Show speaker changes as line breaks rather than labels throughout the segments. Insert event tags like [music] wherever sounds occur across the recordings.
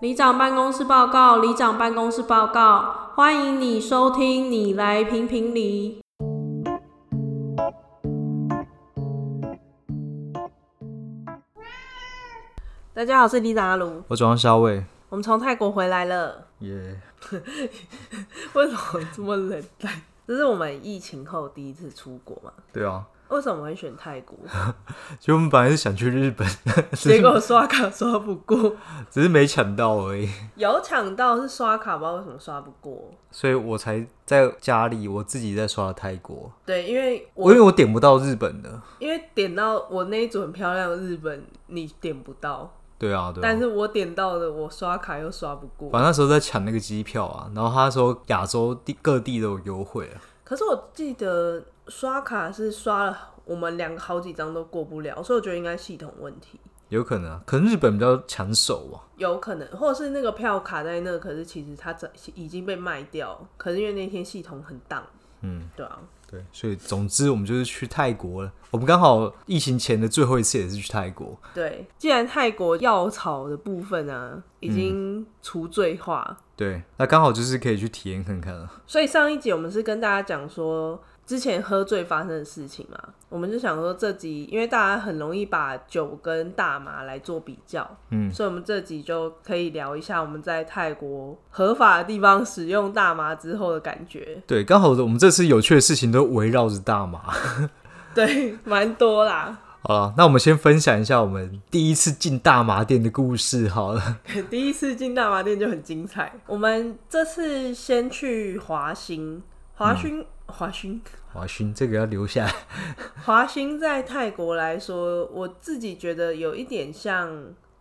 里长办公室报告，里长办公室报告，欢迎你收听，你来评评理。大家好，我是里长阿卢，
我转到肖伟，
我们从泰国回来了。
耶、
为什么这么冷淡？这是我们疫情后第一次出国嘛？
对啊，
为什么会选泰
[laughs]
国？
其实我们本来是想去日本， [laughs] 只
结
是
果刷卡刷不过，
只是没抢到而已，
有抢到是刷卡，不知道为什么刷不过。
所以我才在家里我自己在刷泰国，
对，因为
我因为我点不到日本的，
因为点到我那一组很漂亮的日本，你点不到，
对啊，对啊。
但是我点到的，我刷卡又刷不过。
反正那时候在抢那个机票啊，然后他说亚洲地各地都有优惠啊，
可是我记得刷卡是刷了，我们两个好几张都过不了，所以我觉得应该系统问题，
有可能啊，可能日本比较抢手啊，
有可能，或者是那个票卡在那，可是其实它早已经被卖掉，可是因为那天系统很荡，
嗯，
对啊，
对，所以总之我们就是去泰国了，我们刚好疫情前的最后一次也是去泰国，
对。既然泰国药草的部分啊已经除罪化，
对，那刚好就是可以去体验看看啊，
所以上一集我们是跟大家讲说之前喝醉发生的事情嘛，我们就想说这集，因为大家很容易把酒跟大麻来做比较，
嗯，
所以我们这集就可以聊一下我们在泰国合法的地方使用大麻之后的感觉。
对，刚好我们这次有趣的事情都围绕着大麻。
对，蛮多啦。
好了，那我们先分享一下我们第一次进大麻店的故事好
[laughs]
了。
第一次进大麻店就很精彩。我们这次先去华兴，华兴，华兴，
华勋，这个要留下来。
华兴在泰国来说，我自己觉得有一点像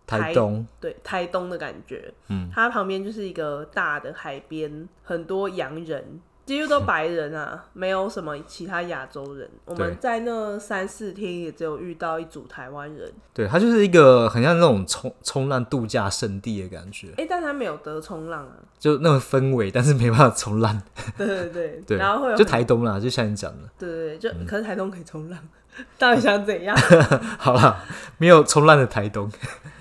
台东，
对台东的感觉，
嗯，
它旁边就是一个大的海边，很多洋人，几乎都白人啊，没有什么其他亚洲人。我
对
们在那三四天也只有遇到一组台湾人，
对，它就是一个很像那种冲冲浪度假胜地的感觉，
哎、但他没有得冲浪啊，
就那种氛围，但是没办法
[laughs]
冲浪。
对对对，
[laughs] 对，
然后会有
就
很
台东啦，就像你讲的，
对对对，就、可是台东可以冲浪， [laughs] 到底想怎样？ [laughs]
好啦，没有冲浪的台东。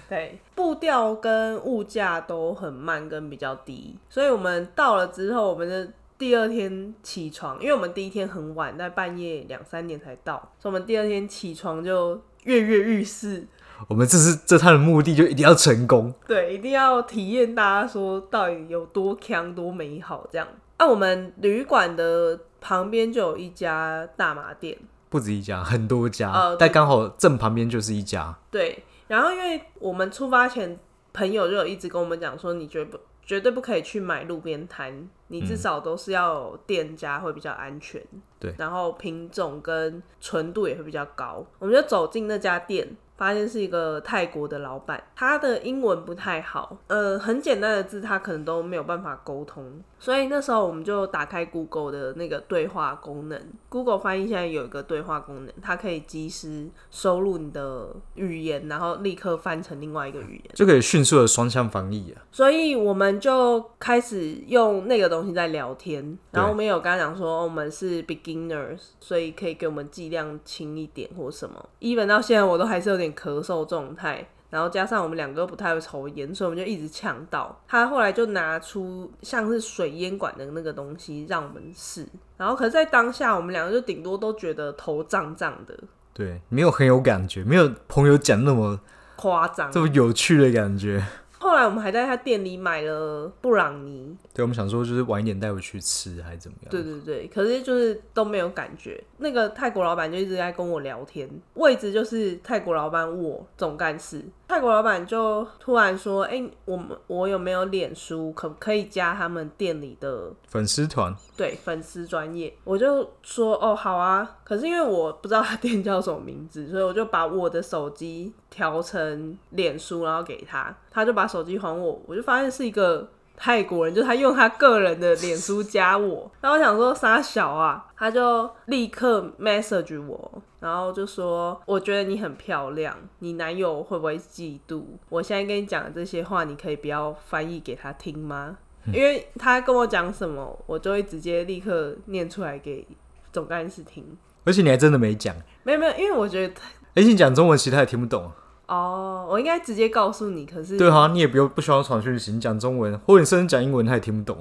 对，步调跟物价都很慢，跟比较低，所以我们到了之后，我们的第二天起床，因为我们第一天很晚，在半夜两三点才到，所以我们第二天起床就跃跃欲试，
我们这次这趟的目的就一定要成功。
[laughs] 对，一定要体验大家说到底有多强多美好这样。啊那、我们旅馆的旁边就有一家大麻店，
不止一家，很多家，
呃
但刚好正旁边就是一家。
对，然后因为我们出发前，朋友就有一直跟我们讲说，你绝不绝对不可以去买路边摊，你至少都是要有店家会比较安全。
对
然后品种跟纯度也会比较高。我们就走进那家店。发现是一个泰国的老板，他的英文不太好，呃，很简单的字他可能都没有办法沟通，所以那时候我们就打开 Google 的那个对话功能，Google 翻译现在有一个对话功能，它可以及时收录你的语言，然后立刻翻成另外一个语言。
就可以迅速的双向防疫啊！
所以我们就开始用那个东西在聊天，然后我们也有跟他讲说、哦我们是 beginners，所以可以给我们剂量轻一点或什么。even 到现在我都还是有点咳嗽状态，然后加上我们两个又不太会抽烟，所以我们就一直呛到。他后来就拿出像是水烟管的那个东西让我们试，然后可是在当下我们两个就顶多都觉得头胀胀的，
对，没有很有感觉，没有朋友讲那么
夸张
这。么有趣的感觉。
后来我们还在他店里买了布朗尼，
对，我们想说就是晚一点带回去吃还是怎么样？
对对对，可是就是都没有感觉。那个泰国老板就一直在跟我聊天，位置就是泰国老板我总干事。泰国老板就突然说：“哎、我们我有没有脸书？可不可以加他们店里的
粉丝团
对粉丝专业？”我就说：“哦，好啊。”可是因为我不知道他店叫什么名字，所以我就把我的手机调成脸书，然后给他，他就把手机还我，我就发现是一个泰国人，就是他用他个人的脸书加我，然后我想说傻小啊，他就立刻 message 我，然后就说我觉得你很漂亮，你男友会不会嫉妒？我现在跟你讲的这些话，你可以不要翻译给他听吗？因为他跟我讲什么，我就会直接立刻念出来给总干事听。
而且你还真的没讲，
没有没有，因为我觉得
而且你讲中文其实他也听不懂。
哦，我应该直接告诉你，可是
对啊，你也不用不需要传讯息，你讲中文，或者你甚至讲英文，他也听不懂，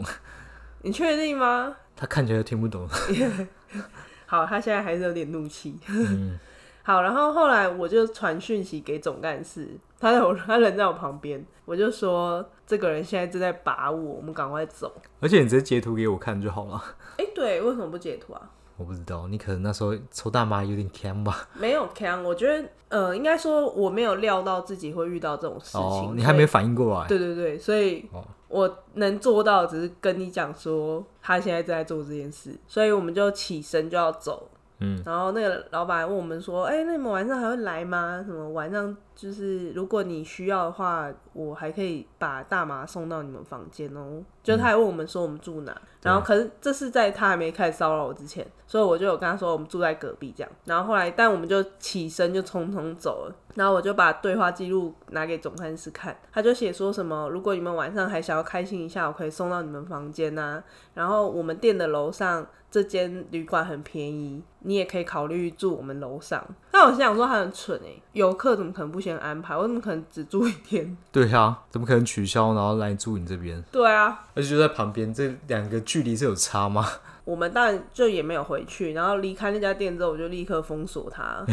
你确定吗？
他看起来就听不懂。 [laughs]
好，他现在还是有点怒气。
嗯
[laughs] 好，然后后来我就传讯息给总干事，他在我他人在我旁边，我就说这个人现在正在把我，我们赶快走。
而且你直接截图给我看就好了。
哎、对，为什么不截图啊？
我不知道，你可能那时候抽大麻有点强吧？
没有 can，我觉得呃，应该说我没有料到自己会遇到这种事情，
哦，你
所
还
以
没反应过来。
对对对，所以
哦
我能做到的只是跟你讲说他现在正在做这件事，所以我们就起身就要走。
嗯，
然后那个老板还问我们说：“哎、那你们晚上还会来吗？什么晚上就是如果你需要的话，我还可以把大麻送到你们房间哦、就他还问我们说我们住哪，然后可是这是在他还没开始骚扰我之前，所以我就有跟他说我们住在隔壁这样。然后后来，但我们就起身就匆匆走了。然后我就把对话记录拿给总干事看，他就写说什么：如果你们晚上还想要开心一下，我可以送到你们房间呐、然后我们店的楼上这间旅馆很便宜，你也可以考虑住我们楼上。但我心想说他很蠢哎、游客怎么可能不先安排？我怎么可能只住一天？
对啊，怎么可能取消然后来住你这边？
对啊，
而且就在旁边，这两个距离是有差吗？
我们当然就也没有回去，然后离开那家店之后，我就立刻封锁
[laughs]
他。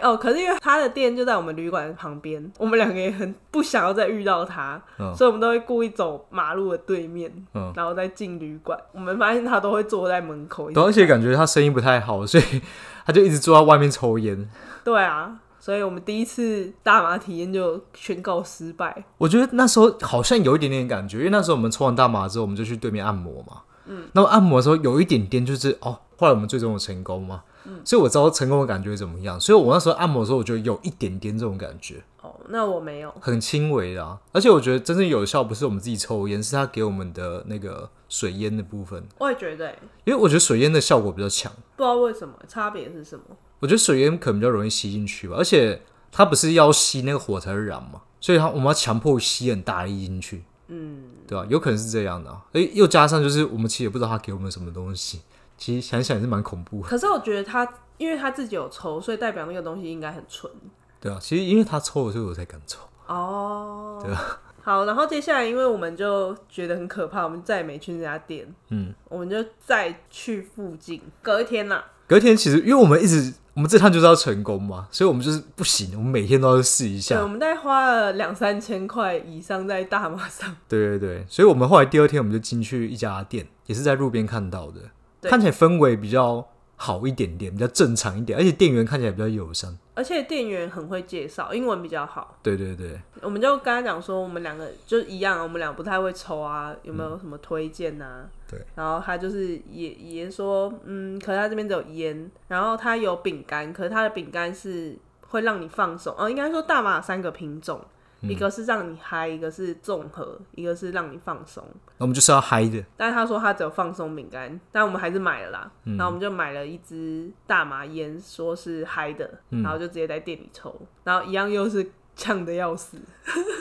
哦，可是因为他的店就在我们旅馆旁边，我们两个也很不想要再遇到他，
嗯
所以我们都会故意走马路的对面，
嗯
然后再进旅馆。我们发现他都会坐在门口，
对，而且感觉他声音不太好，所以 [laughs] 他就一直坐在外面抽烟。
对啊，所以我们第一次大麻体验就宣告失败。
我觉得那时候好像有一点点感觉，因为那时候我们抽完大麻之后，我们就去对面按摩嘛。嗯，那么按摩的时候有一点点就是哦，后来我们最终有成功嘛。嗯，所以我知道成功的感觉怎么样。所以我那时候按摩的时候，我觉得有一点点这种感觉，
哦，那我没有，
很轻微啦。而且我觉得真正有效不是我们自己抽烟，是他给我们的那个水烟的部分，
我也觉得欸、
因为我觉得水烟的效果比较强。
不知道为什么，差别是什么？
我觉得水烟可能比较容易吸进去吧，而且它不是要吸那个火才会燃嘛，所以它我们要强迫吸很大力进去，嗯，对吧、有可能是这样的、啊，诶，又加上就是我们其实也不知道他给我们什么东西，其实想一想也是蛮恐怖的，
可是我觉得他，因为他自己有抽，所以代表那个东西应该很纯。
对啊，其实因为他抽了，所以我才敢抽，
哦，对好，然后接下来，因为我们就觉得很可怕，我们再也没去那家店。
嗯，
我们就再去附近，隔一天啦、
隔天其实因为我们一直我们这趟就是要成功嘛，所以我们就是不行，我们每天都要试一
对，
下
我，们大概花了两三千块以上在大麻上。
对对对，所以我们后来第二天我们就进去一家店，也是在路边看到的，
对
看起来氛围比较好一点点，比较正常一点，而且店员看起来比较友善。
而且店员很会介绍，英文比较好。
对对对，
我们就跟他讲说，我们两个就一样，我们俩不太会抽啊，有没有什么推荐呐、啊
对。
然后他就是也也说，嗯，可是他这边只有烟，然后他有饼干，可是他的饼干是会让你放松，哦，应该说大麻有三个品种，一个是让你嗨，一个是综合，一个是让你放松。
那我们就是要嗨的，
但是他说他只有放松饼干，但我们还是买了啦。然后我们就买了一支大麻烟，说是嗨的，然后就直接在店里抽，然后一样又是呛的要死。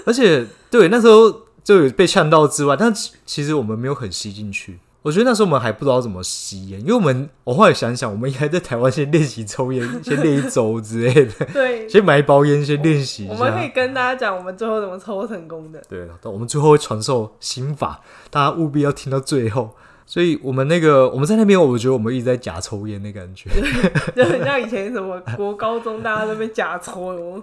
而且对那时候就有被呛到之外，但其其实我们没有很吸进去。我觉得那时候我们还不知道怎么吸烟，因为我们我后来想想，我们应该在台湾先练习抽烟，先练一周之类
[laughs]
的，
对，
先买一包烟先练习
我
一
们可以
下。
跟大家讲我们最后怎么抽成功的。
对，我们最后会传授心法，大家务必要听到最后。所以我们那个我们在那边，我觉得我们一直在假抽烟的感觉。
就很像以前什么国高中大家都被假抽哦，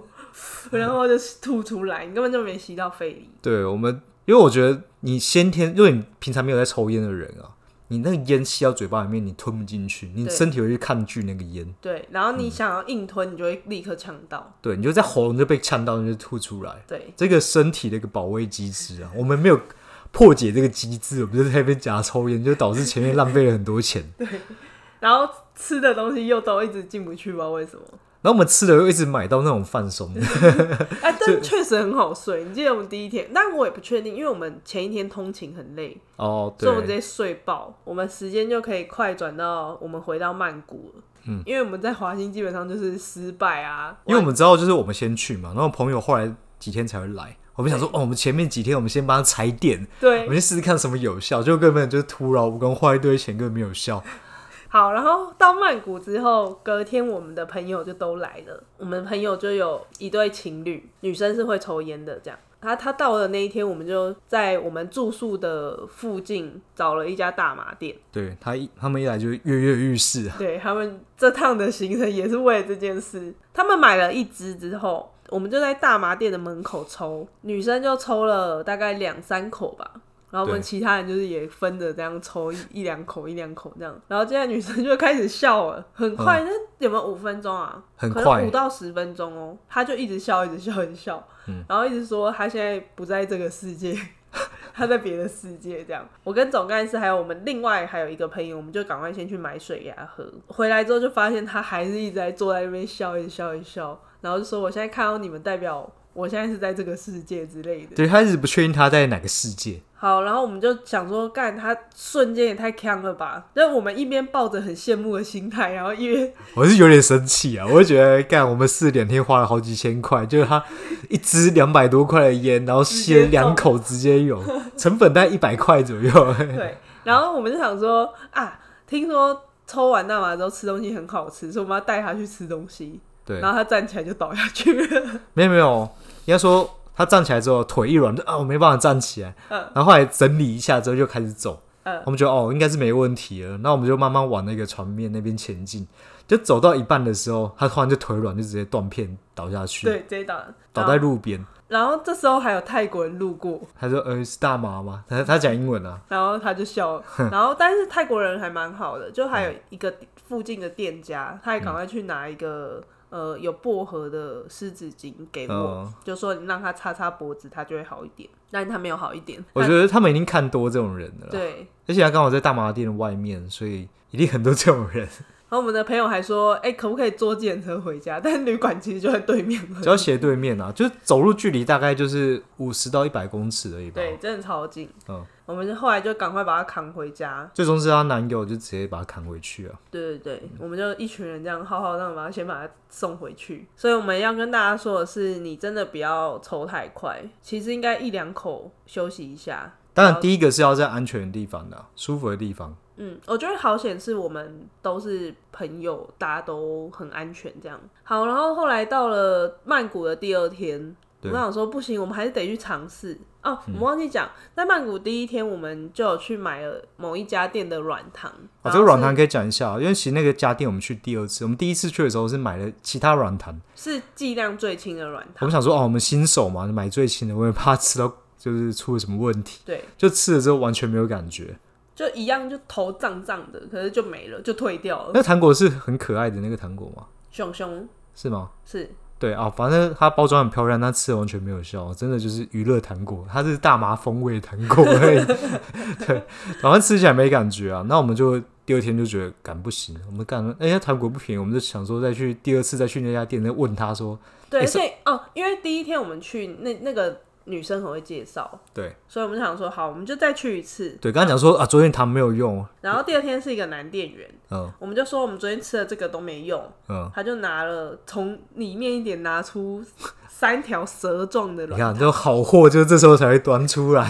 然后就吐出来，你根本就没吸到肺里。
对我们，因为我觉得你先天，因为你平常没有在抽烟的人啊，你那个烟吸到嘴巴里面，你吞不进去，你
对
身体会去抗拒那个烟，
对，然后你想要硬吞，你就会立刻呛到。
对，你就在喉咙就被呛到，你就吐出来。
对，
这个身体的一个保卫机制啊，我们没有破解这个机制，我们就在那边假抽烟，就导致前面浪费了很多钱。
然后吃的东西又都一直进不去，不知道为什么。
然后我们吃的又一直买到那种饭松，
哎，但确实很好睡。你记得我们第一天，但我也不确定，因为我们前一天通勤很累，
哦，
所以我们直
对，
接睡爆，我们时间就可以快转到我们回到曼谷了。嗯，因为我们在华兴基本上就是失败啊，
因为我们知道就是我们先去嘛，然后朋友后来几天才会来，我们想说，哦，我们前面几天我们先帮他踩点，
对
我，们去试试看什么有效，就根本就是徒劳无功，花一堆钱根本没有效。
好，然后到曼谷之后，隔天我们的朋友就都来了。我们朋友就有一对情侣，女生是会抽烟的，这样。他他到了那一天，我们就在我们住宿的附近找了一家大麻店。
对他一他们一来就跃跃欲试啊，
对他们这趟的行程也是为了这件事。他们买了一支之后，我们就在大麻店的门口抽，女生就抽了大概两三口吧。然后我们
对
其他人就是也分着这样抽一一两口一两口这样，然后现在女生就开始笑了，很快，那、有没有五分钟啊？
嗯很
可
快
能五到十分钟哦，她就一直笑，一直笑，一直笑，
嗯
然后一直说她现在不在这个世界，她在别的世界这样。我跟总干事还有我们另外还有一个朋友，我们就赶快先去买水给她喝。回来之后就发现她还是一直在坐在那边笑，一直笑，一直笑，然后就说我现在看到你们代表。我现在是在这个世界之类的，
对他一直不确定他在哪个世界，
好，然后我们就想说，干他瞬间也太强了吧！但我们一边抱着很羡慕的心态，然后一边
我是有点生气啊，我就觉得干我们试两天花了好几千块，就是他一支两百多块的烟，然后吸了两口直接有，成本大概一百块左右， [laughs]
对，然后我们就想说啊，听说抽完大麻之后吃东西很好吃，所以我们要带他去吃东西。
对
然，后他站起来就倒下去了。
没有没有，应该说他站起来之后腿一软，就啊我没办法站起来，
嗯
然后后来整理一下之后就开始走，
嗯
我们觉得哦应该是没问题了，那我们就慢慢往那个船面那边前进，就走到一半的时候，他突然就腿软，就直接断片倒下去，
对，直接倒了。
倒在路边，
然后这时候还有泰国人路过，
他说呃是大麻吗？他他讲英文啊，
然后他就笑了。然后但是泰国人还蛮好的，就还
嗯
有一个附近的店家，他也赶快去拿一个。呃，有薄荷的湿纸巾给我，
嗯
就说你让他擦擦脖子，他就会好一点。但他没有好一点，
我觉得他们已经看多这种人了
但
啦，
对。
而且他刚好在大麻店的外面，所以一定很多这
[laughs]
种人，
然后我们的朋友还说，哎、可不可以坐计程车回家？但是旅馆其实就在对面而已
只要斜对面啊，就是走路距离大概就是五十到一百公尺而已吧。
对，真的超近。
嗯，
我们就后来就赶快把他扛回家。
最终是她男友就直接把她扛回去啊。
对对对，我们就一群人这样浩浩荡荡，先把他送回去。所以我们要跟大家说的是，你真的不要抽太快，其实应该一两口休息一下。
当
不
然，
要
第一个是要在安全的地方的、啊舒服的地方。
嗯，我觉得好险是我们都是朋友，大家都很安全这样。好，然后后来到了曼谷的第二天，我
对嗯
想说不行，我们还是得去尝试。哦，我们忘记讲，在曼谷第一天，我们就有去买了某一家店的软糖。
啊，
然后
这个软
是
糖可以讲一下啊，因为其实那个家店我们去第二次，我们第一次去的时候是买了其他软糖，
是剂量最轻的软
我
糖
们，想说哦，我们新手嘛，买最轻的，我也怕吃到就是出了什么问题，
对，
就吃了之后完全没有感觉。
就一样，就头胀胀的，可是就没了，就退掉了。
那糖果是很可爱的那个糖果吗？
熊熊
是吗？
是
对啊，反正它包装很漂亮，但吃的完全没有效，真的就是娱乐糖果，它是大麻风味糖果而已。对，反正吃起来没感觉啊。那我们就第二天就觉得赶不行，我们干了，哎、家糖果不便宜，我们就想说再去第二次再去那家店，再问他说，
对，
诶
而
是
且哦，因为第一天我们去那那个女生很会介绍，
对
所以我们就想说好，我们就再去一次。
对，刚刚讲说啊，昨天糖没有用，
然后第二天是一个男店员，
嗯
我们就说我们昨天吃的这个都没用，
嗯，
他就拿了从里面一点拿出三条蛇状的
你
卵，
看这种好货就是这时候才会端出来，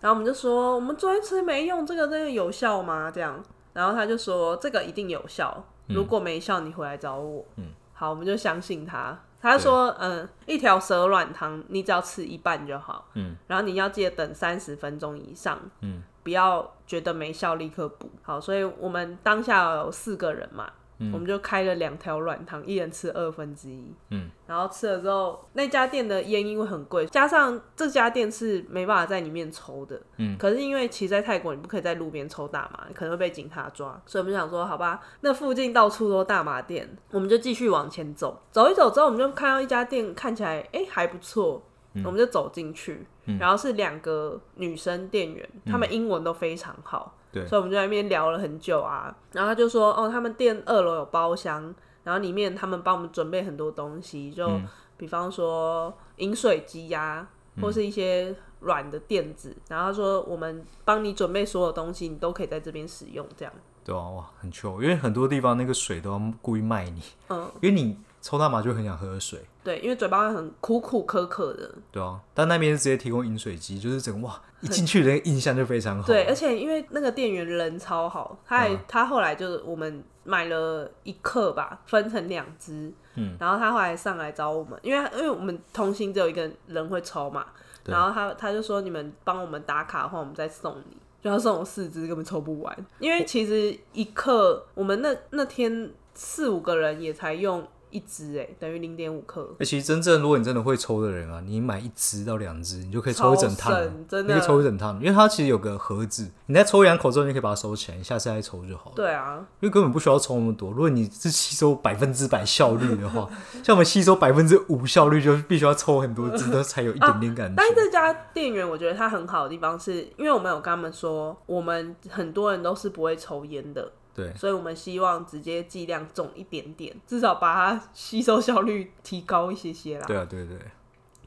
然后我们就说我们昨天吃没用，这个真的有效吗？这样，然后他就说这个一定有效，如果没效你回来找我。嗯，好，我们就相信他。他说：“嗯，一条蛇软糖，你只要吃一半就好。
嗯，
然后你要记得等三十分钟以上。嗯，不要觉得没效立刻补。好，所以我们当下有四个人嘛，我们就开了两条软糖，一人吃二分之一。
嗯，
然后吃了之后，那家店的烟因为很贵，加上这家店是没办法在里面抽的。嗯，可是因为其实在泰国你不可以在路边抽大麻，可能会被警察抓，所以我们就想说，好吧，那附近到处都大麻店，我们就继续往前走。走一走之后，我们就看到一家店看起来哎、诶还不错，我们就走进去，然后是两个女生店员，她们英文都非常好，
对
所以我们就在那边聊了很久啊。然后她就说，哦，他们店二楼有包厢，然后里面他们帮我们准备很多东西，就比方说饮水机呀、或是一些软的垫子。然后她说，我们帮你准备所有东西，你都可以在这边使用，这样。
对啊，哇，很臭，因为很多地方那个水都要故意卖你，
嗯，
因为你抽大麻就会很想喝水，
对，因为嘴巴很苦苦可可的，
对啊，但那边是直接提供饮水机，就是整个哇，一进去的那个印象就非常好。
对，而且因为那个店员人超好，他还、他后来就是我们买了一克吧，分成两支，嗯，然后他后来上来找我们，因为因为我们同行只有一个人会抽嘛，然后他他就说你们帮我们打卡的话，我们再送你。就他送我四支，根本抽不完，因为其实一克我们那那天四五个人也才用一支，哎，等于零点五克。
欸其实真正如果你真的会抽的人啊，你买一支到两支，你就可以抽一整趟
超
了
省，真
你
的
可以抽一整趟，因为它其实有个盒子，你在抽两口之后，你就可以把它收起来，你下次再抽就好了。
对啊，
因为根本不需要抽那么多。如果你是吸收百分之百效率的话， [laughs] 像我们吸收百分之五效率，就必须要抽很多
[laughs]
支，它才有一点点感觉。
啊但是这家店员我觉得他很好的地方是，因为我们有跟他们说，我们很多人都是不会抽烟的，
对，
所以我们希望直接剂量重一点点，至少把它吸收效率提高一些些啦。
对啊，对对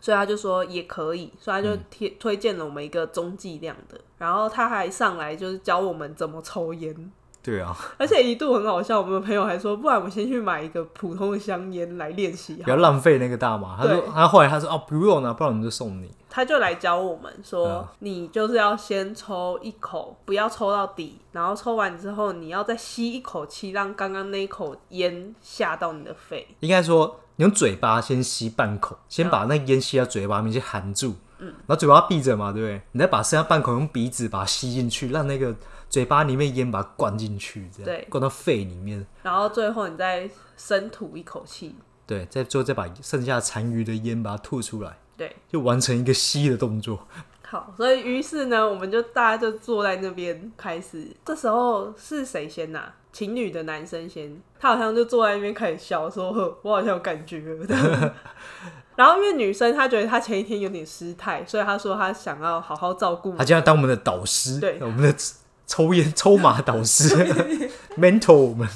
所以他就说也可以，所以他就贴、推荐了我们一个中剂量的，然后他还上来就是教我们怎么抽烟，
对啊！
而且一度很好笑，我们的朋友还说，不然我先去买一个普通的香烟来练习
不要浪费那个大麻。他说，
对
他后来他说啊，不用了、不然我们就送你。
他就来教我们说
嗯，
你就是要先抽一口，不要抽到底，然后抽完之后你要再吸一口气，让刚刚那一口烟下到你的肺。
应该说，你用嘴巴先吸半口，先把那烟吸到嘴巴里面去含住，嗯，然后嘴巴闭着嘛，对不对？你再把剩下半口用鼻子把它吸进去，让那个嘴巴里面烟把它灌进去，这样
对
灌到肺里面。
然后最后你再深吐一口气，
对，再最后再把剩下残余的烟把它吐出来，
对，
就完成一个吸的动作。
好，所以于是呢，我们就大家就坐在那边开始。这时候是谁先呐、情侣的男生先，他好像就坐在那边开始笑，说：“呵，我好像有感觉了。这样”然后因为女生她觉得她前一天有点失态，所以她说她想要好好照顾
他将要当我们的导师，
对
我们的抽烟 [laughs] 抽马导师，mentor 我们。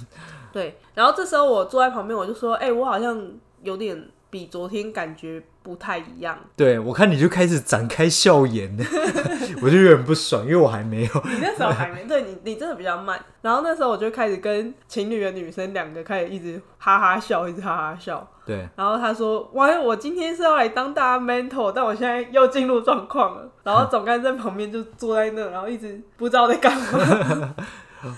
对，然后这时候我坐在旁边，我就说：“哎、我好像有点比昨天感觉不太一样。
对我看你就开始展开笑颜 [laughs] 了，我就有点不爽，因为我还没有。”
你那时候还没对你，你真的比较慢。然后那时候我就开始跟情侣的女生两个开始一直哈哈笑，一直哈哈笑。
对，
然后他说：“哇，我今天是要来当大家 mentor，但我现在又进入状况了。”然后总干在旁边就坐在那，然后一直不知道在干嘛。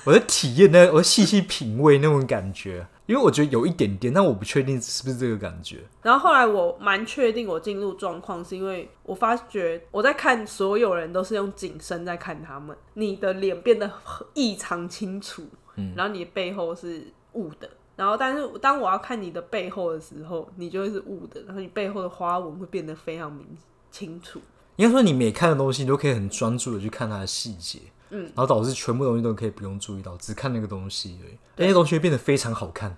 我在体验那，我在细细品味那种感觉，因为我觉得有一点点，但我不确定是不是这个感觉。
然后后来我蛮确定我进入状况，是因为我发觉我在看所有人都是用景深在看他们，你的脸变得异常清楚，然后你的背后是雾的。然后，但是当我要看你的背后的时候，你就会是雾的，然后你背后的花纹会变得非常明清楚。
应该说，你每看的东西，你都可以很专注的去看它的细节，嗯，然后导致全部东西都可以不用注意到，只看那个东西而已。那些东西会变得非常好看，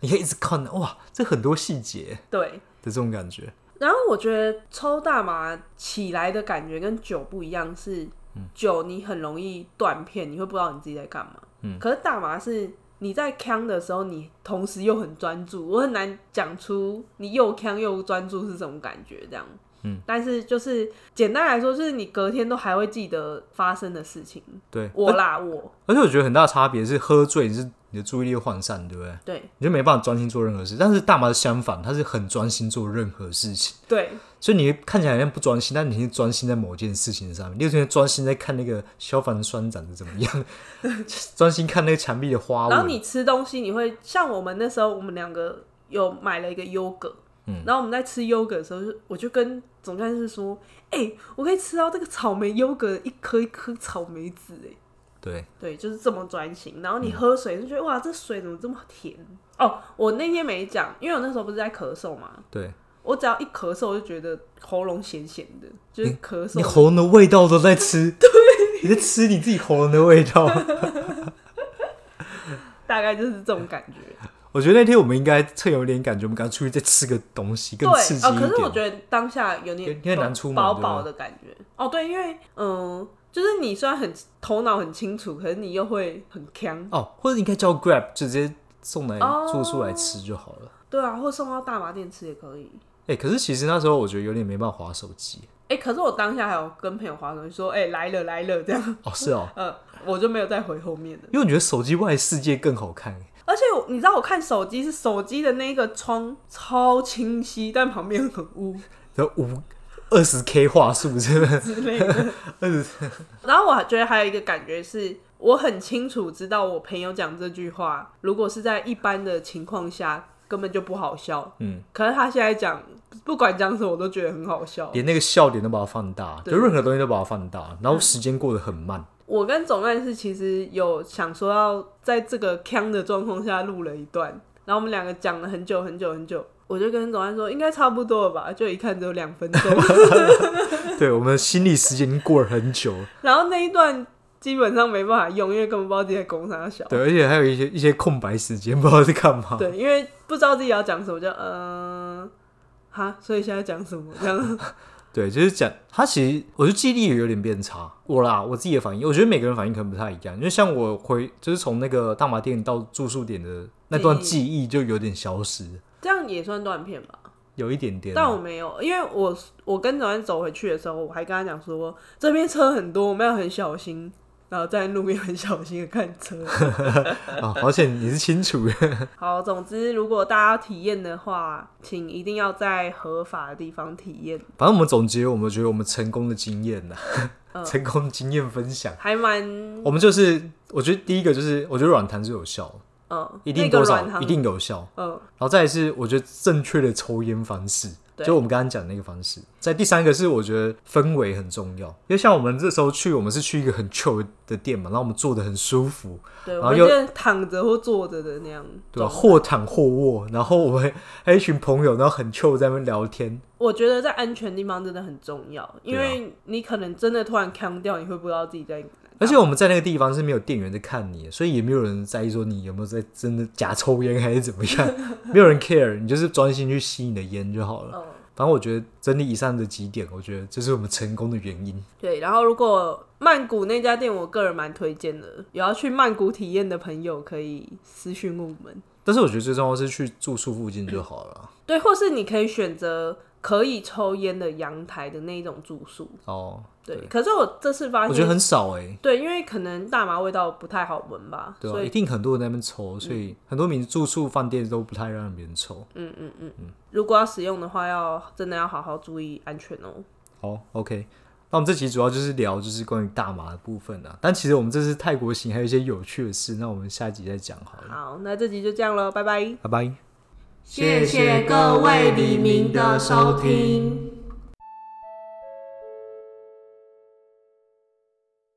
你可以一直看，哇，这很多细节
对，
的这种感觉。
然后我觉得抽大麻起来的感觉跟酒不一样是，酒你很容易断片，你会不知道你自己在干嘛。嗯，可是大麻是你在呛的时候，你同时又很专注，我很难讲出你又呛又专注是什么感觉这样。嗯，但是就是简单来说，就是你隔天都还会记得发生的事情。
对，
我啦，我
而且我觉得很大的差别是，喝醉你是你的注意力涣散，对不对？
对
你就没办法专心做任何事。但是大麻的相反，它是很专心做任何事情。
对
所以你看起来好像不专心，但你是专心在某件事情上面。你有天专心在看那个消防栓长得怎么样， [laughs] 专心看那个墙壁的花
然后
纹。
你吃东西，你会像我们那时候，我们两个有买了一个优格，嗯，然后我们在吃优格的时候，就我就跟总干事说：“哎、我可以吃到这个草莓优格的一颗一颗草莓籽。”哎，
对，
对，就是这么专心。然后你喝水就觉得、哇，这水怎么这么甜？哦，我那天没讲，因为我那时候不是在咳嗽嘛，
对，
我只要一咳嗽，我就觉得喉咙咸咸的，就是咳嗽
你喉咙的味道都在吃，对，你在吃你自己喉咙的味道。
大概就是这种感觉。
我觉得那天我们应该趁有点感觉，我们赶快出去再吃个东西，更刺
对，
激
哦，
一
可是我
点。
觉得当下有点
有点难出门
薄
对不
薄的感觉。哦，对，因为嗯，就是你虽然很头脑很清楚，可是你又会很呛。
哦，或者你应该叫 Grab 就直接送来
哦
住宿来吃就好了。
对啊，或送到大麻店吃也可以。
哎、可是其实那时候我觉得有点没办法划手机。
哎、可是我当下还有跟朋友划手机说，哎、来了来了这样， [laughs]
哦，是哦，
呃，我就没有再回后面了。
因为我觉得手机外的世界更好看。
而且你知道我看手机是手机的那个窗超清晰，但旁边很污
这五二十
[laughs]
K 话术，真的
之类的。然后我觉得还有一个感觉是，我很清楚知道我朋友讲这句话，如果是在一般的情况下，根本就不好笑。
嗯，
可是他现在讲，不管讲什么，我都觉得很好笑。
连那个笑点都把它放大，就任何东西都把它放大，然后时间过得很慢。
我跟总干事其实有想说要在这个腔的状况下录了一段，然后我们两个讲了很久很久很久，我就跟总干事说应该差不多了吧，就一看只有两分钟， [laughs]
对，我们心理时间已经过了
[laughs]
很久了，
然后那一段基本上没办法用，因为根本不知道自己在攻啥小。
对，而且还有一些一些空白时间，不知道在干嘛。
对，因为不知道自己要讲什么，就嗯、呃，哈，所以现在讲什么这
[laughs]
样？
对，就是讲他其实，我觉得记忆力也有点变差。我啦，我自己的反应，我觉得每个人反应可能不太一样。因为像我回，就是从那个大麻店到住宿点的那段
记
记忆就有点消失，
这样也算断片吧？
有一点点啊。
但我没有，因为我我跟早安走回去的时候，我还跟他讲说这边车很多，我们要很小心，然后在路边很小心的看车。
[laughs] 啊，好险你是清楚的。
好，总之如果大家要体验的话，请一定要在合法的地方体验，
反正我们总结，我们觉得我们成功的经验呐、
嗯
[laughs] 成功经验分享。
还蛮
我们就是，我觉得第一个就是，我觉得软糖是有效的，
嗯，
一
那
定
个
多少、
软糖
一定有效。
嗯
然后再来是，我觉得正确的抽烟方式，
对
就我们刚刚讲的那个方式。在第三个是，我觉得氛围很重要，因为像我们这时候去，我们是去一个很 chill 的店嘛，然后我们坐的很舒服，
对，
然
我
后
们
又
就是躺着或坐着的那样。
对吧、啊或躺或卧，然后我们还有一群朋友，然后很 chill 在那边聊天，
我觉得在安全地方真的很重要，因
对啊
为你可能真的突然扛掉，你会不知道自己在。
而且我们在那个地方是没有店员在看你的，所以也没有人在意说你有没有在真的假抽烟还是怎么样，
[laughs]
没有人 care，你就是专心去吸你的烟就好了。
嗯，
反正我觉得整理以上的几点，我觉得这是我们成功的原因。
对。然后如果曼谷那家店，我个人蛮推荐的，有要去曼谷体验的朋友可以私讯我们。
但是我觉得最重要是去住宿附近就好了。
对，或是你可以选择可以抽烟的阳台的那一种住宿。
哦，
对，可是我这次发现，
我觉得很少哎、
对，因为可能大麻味道不太好闻吧，
对
所
啊，一
以嗯
定很多人在那边抽，所以很多民住宿饭店都不太让别人抽。
如果要使用的话，要真的要好好注意安全哦。
好，OK。那我们这期主要就是聊就是关于大麻的部分啊，但其实我们这次泰国行还有一些有趣的事，那我们下集再讲好了，
好，那这集就这样了，拜拜。
拜拜。
谢谢各位黎明的收听。